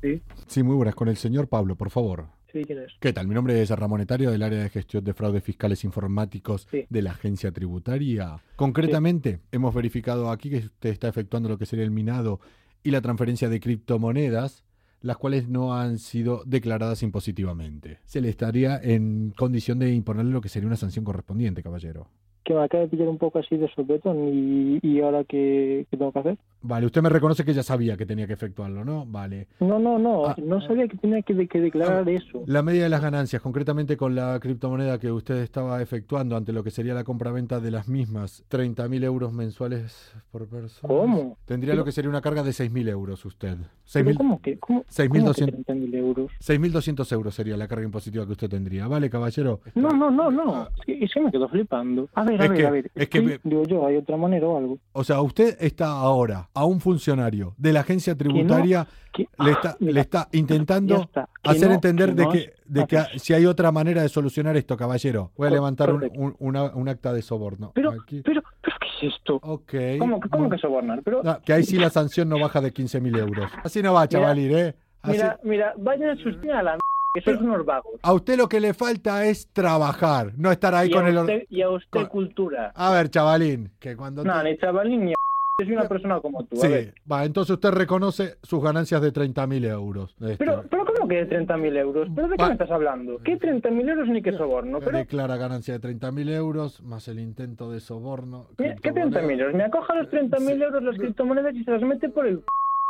Sí. Sí, muy buenas. Con el señor Pablo, por favor. Sí, ¿quién es? ¿Qué tal? Mi nombre es Ramón Etario del área de gestión de fraudes fiscales informáticos Sí. de la agencia tributaria. Concretamente, hemos verificado aquí que usted está efectuando lo que sería el minado y la transferencia de criptomonedas, las cuales no han sido declaradas impositivamente. Se le estaría en condición de imponerle lo que sería una sanción correspondiente, caballero. Que me acaba de pillar un poco así de sopetón y, y ahora qué, qué tengo que hacer. Vale, usted me reconoce que ya sabía que tenía que efectuarlo, ¿no? Vale. No, no, no, Ah. no sabía que tenía que, de- que declarar eso. La media de las ganancias, concretamente con la criptomoneda que usted estaba efectuando ante lo que sería la compraventa de las mismas, 30.000 euros mensuales por persona. ¿Cómo? Tendría lo que sería una carga de 6.000 euros usted. ¿Pero 6.000 ¿Cómo que? ¿Cómo? 6.200. 30.000 euros. 6.200 euros sería la carga impositiva que usted tendría. ¿Vale, caballero? No, no, no, no. Es que, es que me quedo flipando. A ver, a Ah. Es ver, que- a ver. es que Sí, me- Digo yo, ¿hay otra manera o algo? O sea, usted está ahora a un funcionario de la agencia tributaria, Que- le está, Ah, mira, le está intentando ya está. Que hacer no, entender de no que, es de que fácil. si hay otra manera de solucionar esto, caballero. Voy a Cor- levantar un, correcto. un- una- un acta de soborno. Oh, Pero, Aquí. pero, pero, ¿qué es esto? Ok. ¿Cómo, que- cómo Bueno, Ah, que sobornar? Pero, no, que ahí sí la sanción no baja de 15.000 euros. Así no va, chavalir, ¿eh? Así- Mm. mira, mira, vayan a sus a la m***, que sois unos vagos. A usted lo que le falta es trabajar, no estar ahí Y con a el... or- usted, y a usted con- cultura. A ver, chavalín, que cuando... te- No, ni chavalín ni a... Yo soy una persona como tú, a Sí, ver. va, entonces usted reconoce sus ganancias de 30.000 euros. Este, Pero, pero ¿cómo que de 30.000 euros? ¿Pero de qué Va- me estás hablando? ¿Qué 30.000 euros ni qué soborno? que Pero, Declara ganancia de 30.000 euros más el intento de soborno. mira, ¿qué criptomoneda. 30.000 euros? Me acoja los 30.000 euros las criptomonedas y se las mete por el... c***.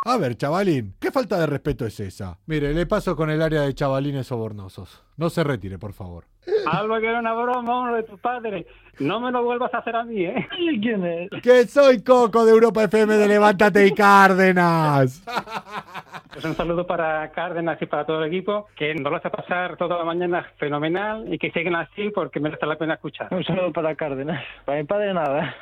A ver, chavalín, ¿qué falta de respeto es esa? Mire, le paso con el área de chavalines sobornosos. No se retire, por favor. Algo que era una broma, uno de tus padres. No me lo vuelvas a hacer a mí, ¿eh? ¿Quién es? Que soy Coco de Europa FM de Levántate y Cárdenas. Pues un saludo para Cárdenas y para todo el equipo, que nos lo hace pasar toda la mañana fenomenal y que sigan así porque merece la pena escuchar. Un saludo para Cárdenas. Para mi padre nada.